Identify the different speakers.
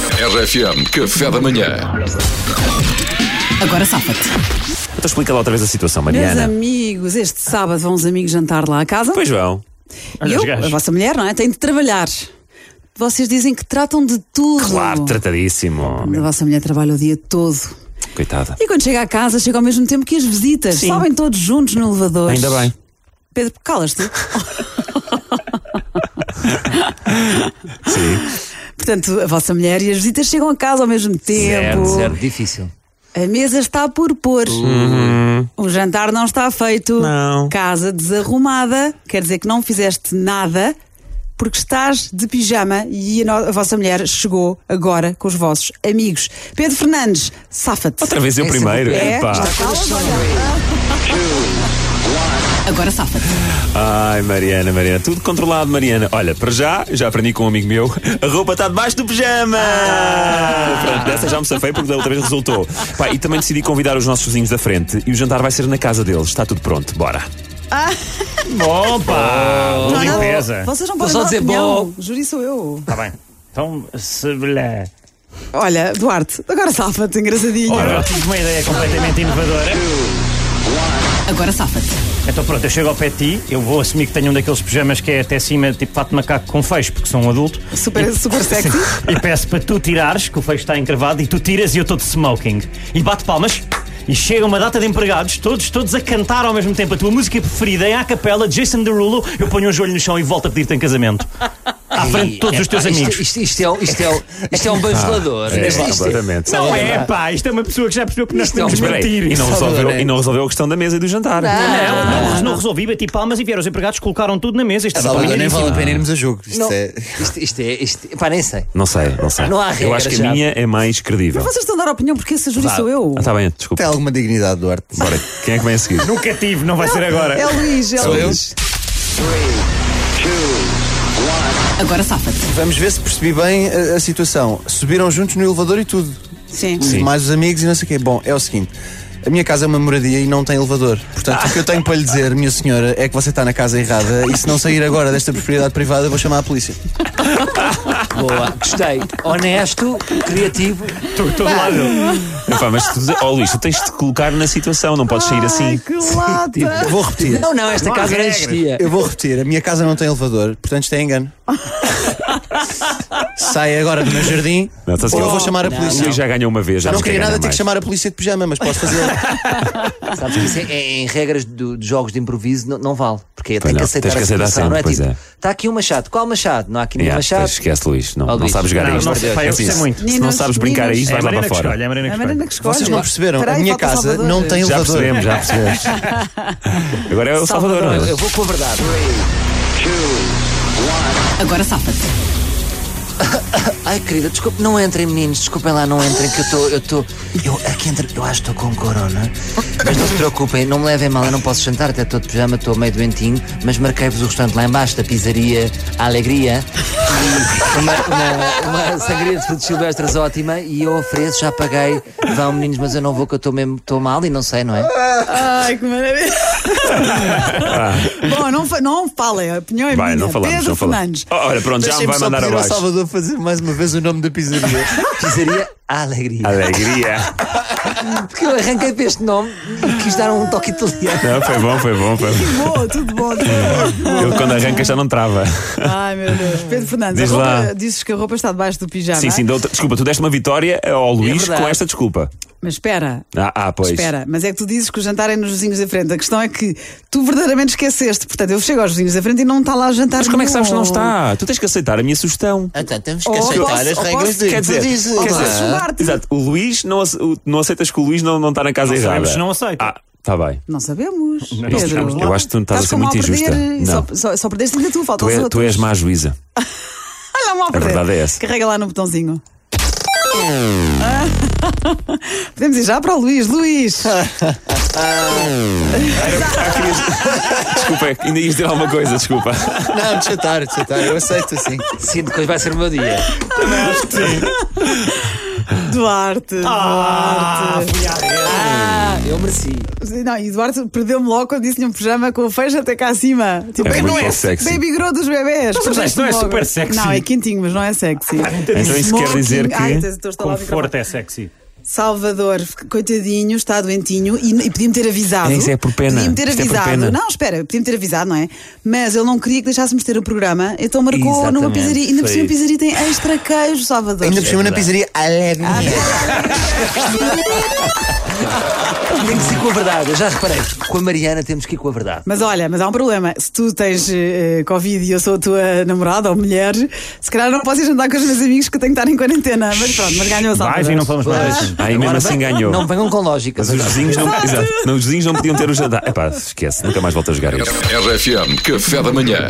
Speaker 1: RFM, café da manhã.
Speaker 2: Agora safa-te.
Speaker 3: Então explica lá outra vez a situação,
Speaker 2: Meus
Speaker 3: Mariana.
Speaker 2: amigos, este sábado vão os amigos jantar lá à casa.
Speaker 3: Pois vão.
Speaker 2: E eu, a vossa mulher, não é? Tem de trabalhar. Vocês dizem que tratam de tudo.
Speaker 3: Claro, tratadíssimo.
Speaker 2: A vossa mulher trabalha o dia todo.
Speaker 3: Coitada.
Speaker 2: E quando chega à casa, chega ao mesmo tempo que as visitas.
Speaker 3: Sim.
Speaker 2: Sobem todos juntos no elevador.
Speaker 3: Ainda bem.
Speaker 2: Pedro, calas-te.
Speaker 3: Sim.
Speaker 2: Portanto, a vossa mulher e as visitas chegam a casa ao mesmo tempo.
Speaker 4: difícil.
Speaker 2: A mesa está por pôr. O jantar não está feito.
Speaker 3: Uhum. Não.
Speaker 2: Casa desarrumada, quer dizer que não fizeste nada porque estás de pijama e a, no- a vossa mulher chegou agora com os vossos amigos. Pedro Fernandes, safa-te.
Speaker 3: Outra vez eu
Speaker 4: Essa
Speaker 3: primeiro.
Speaker 2: É,
Speaker 3: Epá.
Speaker 2: está calas, olha. Agora safa-te.
Speaker 3: Ai, Mariana, Mariana. Tudo controlado, Mariana. Olha, para já, já aprendi com um amigo meu, a roupa está debaixo do pijama.
Speaker 5: Ah.
Speaker 3: Pronto, dessa já me safei porque da outra vez resultou. Pá, e também decidi convidar os nossos vizinhos da frente e o jantar vai ser na casa deles. Está tudo pronto, bora.
Speaker 4: Bom, pá!
Speaker 2: Não, não,
Speaker 4: limpeza.
Speaker 2: Vocês não
Speaker 4: Vou
Speaker 2: podem
Speaker 4: só
Speaker 2: dar
Speaker 4: dizer
Speaker 2: opinião. Juro, sou eu.
Speaker 4: Tá bem. Então, se lhe.
Speaker 2: Olha, Duarte, agora safa-te, engraçadinho.
Speaker 4: Ora, eu tive uma ideia completamente inovadora.
Speaker 2: Agora safa-te.
Speaker 4: Então, pronto, eu chego ao pé de ti, eu vou assumir que tenho um daqueles pijamas que é até cima, tipo fato de macaco com fecho, porque sou um adulto.
Speaker 2: Super, super sexy.
Speaker 4: E peço para tu tirares, que o fecho está encravado, e tu tiras e eu estou de smoking. E bato palmas. E chega uma data de empregados, todos, todos a cantar ao mesmo tempo a tua música preferida em a capela, Jason Derulo, eu ponho um joelho no chão e volto a pedir-te em casamento. À frente de todos os teus
Speaker 5: é Pá, isto-
Speaker 4: amigos.
Speaker 5: Isto, isto é, um- isto, é, um- isto é um bajulador.
Speaker 3: É,
Speaker 5: Isto- isto-
Speaker 3: completamente.
Speaker 4: Não é, pá, isto é uma pessoa que já percebeu que nós
Speaker 5: Isto é um-
Speaker 4: podemos
Speaker 3: Mas espera aí,
Speaker 4: mentir.
Speaker 3: e não,
Speaker 5: Salvador,
Speaker 3: resolveu,
Speaker 5: é.
Speaker 3: e não resolveu a questão da mesa e do jantar.
Speaker 4: Não, não, não resolvi, bati palmas e vieram os empregados colocaram tudo na mesa. Isto é estava
Speaker 6: Salvador, nem
Speaker 4: maneiríssimo.
Speaker 6: vale a pena irmos a jogo. Isto
Speaker 5: Não,
Speaker 6: é.
Speaker 5: isto, isto é. Isto, pá, nem sei.
Speaker 3: Não sei, não sei.
Speaker 5: Não há
Speaker 3: eu
Speaker 5: regra
Speaker 3: acho que
Speaker 5: já.
Speaker 3: a minha é mais credível.
Speaker 2: Vocês estão a dar opinião porque esse júri sou eu.
Speaker 3: Ah, tá bem, desculpa.
Speaker 6: Tem alguma dignidade, Duarte.
Speaker 3: Bora, quem é que vem a seguir?
Speaker 4: Nunca tive, não vai ser
Speaker 2: É
Speaker 4: agora.
Speaker 2: Luís, é
Speaker 6: eu.
Speaker 2: Luís. Agora safa-te.
Speaker 6: Vamos ver se percebi bem eh, a, a situação. Subiram juntos no elevador e tudo.
Speaker 2: Sim.
Speaker 6: Mais os amigos e não sei o quê. Bom, é o seguinte. A minha casa é uma moradia e não tem elevador. Portanto, o que eu tenho para lhe dizer, minha senhora, é que você está na casa errada e se não sair agora desta propriedade privada, vou chamar a polícia.
Speaker 5: Boa, gostei. Honesto, criativo.
Speaker 4: Estou todo lado.
Speaker 3: Epá, mas tu, oh, Luís, tu tens de te colocar na situação, não podes sair assim.
Speaker 2: que lata.
Speaker 6: Eu vou repetir.
Speaker 5: Não, não, esta
Speaker 4: Não há
Speaker 5: casa não
Speaker 4: regras.
Speaker 5: existia.
Speaker 6: Eu vou repetir. A minha casa não tem elevador, portanto, isto é engano. Sai agora do meu jardim
Speaker 3: Não, estás
Speaker 6: ou
Speaker 3: a-
Speaker 6: eu vou chamar a
Speaker 3: O
Speaker 6: polícia.
Speaker 3: Luís já ganhou uma vez. Já
Speaker 6: não queria
Speaker 3: quer
Speaker 6: nada
Speaker 3: ganhar
Speaker 6: ter que
Speaker 3: mais.
Speaker 6: chamar a polícia de pijama, mas posso fazer.
Speaker 5: Sabes que isso é, é- em regras do- de jogos de improviso não, não vale. Porque tem
Speaker 3: não,
Speaker 5: que aceitar
Speaker 3: tens que
Speaker 5: a
Speaker 3: aceitar
Speaker 5: situação,
Speaker 3: sempre,
Speaker 5: não é
Speaker 3: pois
Speaker 5: tipo.
Speaker 3: é.
Speaker 5: Está aqui um machado. Qual machado? Não há aqui nenhum
Speaker 3: Yeah,
Speaker 5: machado.
Speaker 3: pois esquece, Luís. Não,
Speaker 5: Oh,
Speaker 3: não
Speaker 5: Luís.
Speaker 3: sabes jogar
Speaker 4: Não,
Speaker 3: a isto.
Speaker 4: não sei, pá, eu
Speaker 3: Esquece
Speaker 4: sei
Speaker 3: isso.
Speaker 4: muito.
Speaker 3: Se não
Speaker 2: Meninos,
Speaker 3: sabres brincar a
Speaker 2: meninos.
Speaker 3: isto,
Speaker 4: É a
Speaker 3: vais lá
Speaker 4: Marina
Speaker 3: para
Speaker 4: que escolhe,
Speaker 3: fora.
Speaker 4: é a Marina que
Speaker 2: A
Speaker 4: escolhe.
Speaker 2: Marina que escolhe.
Speaker 6: Vocês não perceberam.
Speaker 2: Espera aí,
Speaker 6: a minha
Speaker 2: falta
Speaker 6: casa
Speaker 2: Salvador.
Speaker 6: não tem
Speaker 3: Já
Speaker 6: elevador.
Speaker 3: percebemos, já percebemos. Agora é o Salvador, não
Speaker 5: Eu,
Speaker 3: é?
Speaker 5: eu vou com a verdade.
Speaker 2: Agora safa-te.
Speaker 5: Ai, querida, desculpe, não entrem, meninos, desculpem lá, não entrem, que eu estou. Eu estou. Eu aqui entre. Eu acho que estou com corona. Mas não se preocupem, não me levem mal, eu não posso jantar, até estou de pijama, estou meio doentinho, mas marquei-vos o restaurante lá embaixo da pizzaria A Alegria. E uma, uma- uma sangria de frutos silvestres ótima e eu ofereço, já paguei. Vão, meninos, mas eu não vou, que eu estou mesmo. Estou mal e não sei, não é?
Speaker 2: Ai, que maravilha. Bom, não, fa- não falem, a opinião é
Speaker 3: Vai,
Speaker 2: minha.
Speaker 3: não falamos,
Speaker 2: Pedro
Speaker 3: não
Speaker 2: Fernandes.
Speaker 3: falamos. Ora, pronto, já me
Speaker 6: Deixem-me
Speaker 3: vai
Speaker 6: só
Speaker 3: mandar
Speaker 6: pedir ao
Speaker 3: abaixo.
Speaker 6: Salvador fazer mais uma vez o nome da pizzaria.
Speaker 5: Pizzaria A Alegria.
Speaker 3: Alegria.
Speaker 5: Porque eu arranquei para este nome e quis dar um toque italiano.
Speaker 3: Não, foi bom, foi bom. Foi bom.
Speaker 2: Boa, tudo bom. tudo bom.
Speaker 3: Ele quando arranca já não trava.
Speaker 2: Ai, meu Deus. Pedro Fernandes,
Speaker 3: Diz
Speaker 2: a roupa-
Speaker 3: lá.
Speaker 2: dizes que a roupa está debaixo do pijama.
Speaker 3: Sim, sim, dou outra- desculpa, tu deste uma vitória ao Luís
Speaker 5: verdade.
Speaker 3: com esta desculpa.
Speaker 2: Mas espera.
Speaker 3: Ah, ah, pois.
Speaker 2: Espera, mas é que tu dizes que o jantar é nos vizinhos da frente. A questão é que tu verdadeiramente esqueceste. Portanto, eu chego aos vizinhos da frente e não está lá jantar
Speaker 3: Mas como é que sabes que não
Speaker 2: nenhum.
Speaker 3: está? Tu tens que aceitar a minha sugestão.
Speaker 6: Então temos
Speaker 5: Oh,
Speaker 2: que Ou aceitar posso- as ou regras posso- do
Speaker 3: quer dizer,
Speaker 2: Ou posso julgar-te.
Speaker 3: Exato, o Luís, não, ace- o- não aceitas que o Luís não, não está na casa
Speaker 4: Não
Speaker 3: errada.
Speaker 4: sabemos se não aceita.
Speaker 3: Ah, está bem.
Speaker 2: Não sabemos.
Speaker 4: não
Speaker 2: Pedro.
Speaker 4: sabemos.
Speaker 3: Eu acho que tu estás a ser
Speaker 2: como
Speaker 3: muito
Speaker 2: perder,
Speaker 3: injusta.
Speaker 2: e Só,
Speaker 3: Não.
Speaker 2: só, só perdeste ainda tu, falta
Speaker 3: Tu,
Speaker 2: os
Speaker 3: é,
Speaker 2: outros.
Speaker 3: tu és má juíza.
Speaker 2: Olha, mal perder.
Speaker 3: verdade é essa.
Speaker 2: Carrega lá no botãozinho. Ah. Podemos ir já para o Luís. Luís!
Speaker 3: Desculpa, é que ainda ias dizer alguma coisa, desculpa.
Speaker 6: Não, desatar, desatar. Eu aceito assim.
Speaker 5: Sinto que hoje vai ser o meu dia.
Speaker 2: Duarte!
Speaker 4: Ah,
Speaker 2: Duarte!
Speaker 4: fui à rede.
Speaker 5: Ah, eu mereci.
Speaker 2: Sim, Não, e Eduardo perdeu-me logo quando disse-lhe um pijama com o fecho até cá acima. Tipo,
Speaker 3: É
Speaker 2: "Ei,
Speaker 3: muito
Speaker 2: não é
Speaker 3: sexy."
Speaker 2: baby grow dos
Speaker 3: Mas
Speaker 2: bebés.
Speaker 3: isto não é
Speaker 2: Perdeste-me logo.
Speaker 3: super sexy.
Speaker 2: Não, é quentinho, mas não é sexy.
Speaker 3: Então isso quer dizer
Speaker 2: Smoking. Ai, então
Speaker 3: que-
Speaker 2: estou a estalar o microfone.
Speaker 4: Conforto é sexy.
Speaker 2: Salvador, coitadinho, está doentinho e, e podia-me ter avisado.
Speaker 3: É, isso é por pena.
Speaker 2: Podia-me ter
Speaker 3: Isto é por
Speaker 2: avisado.
Speaker 3: pena.
Speaker 2: Não, espera, podia-me ter avisado, não é? Mas ele não queria que deixássemos ter o programa, então marcou numa
Speaker 5: Exatamente,
Speaker 2: pizzaria. Ainda por
Speaker 5: foi
Speaker 2: cima, a
Speaker 5: isso.
Speaker 2: pizzaria tem extra queijo, Salvador.
Speaker 6: Ainda por cima na pizzeria Alegria.
Speaker 5: Tem que ser com a verdade, eu já reparei. Com a Mariana temos que ir com a verdade.
Speaker 2: Mas olha, mas há um problema. Se tu tens eh, Covid e eu sou a tua namorada ou mulher, se calhar não posso ir jantar com os meus amigos que eu tenho que estar em quarentena. Mas pronto, mas ganhou o Salvador.
Speaker 4: Vais e não falamos mais disso.
Speaker 3: Aí mesmo
Speaker 5: Agora,
Speaker 3: assim ganhou.
Speaker 5: Não venham com lógicas.
Speaker 3: Mas os
Speaker 5: agora.
Speaker 3: vizinhos não, exato, não, os vizinhos não podiam ter o jantar. Epá, esquece, nunca mais volto a jogar isto.
Speaker 1: RFM, café da manhã.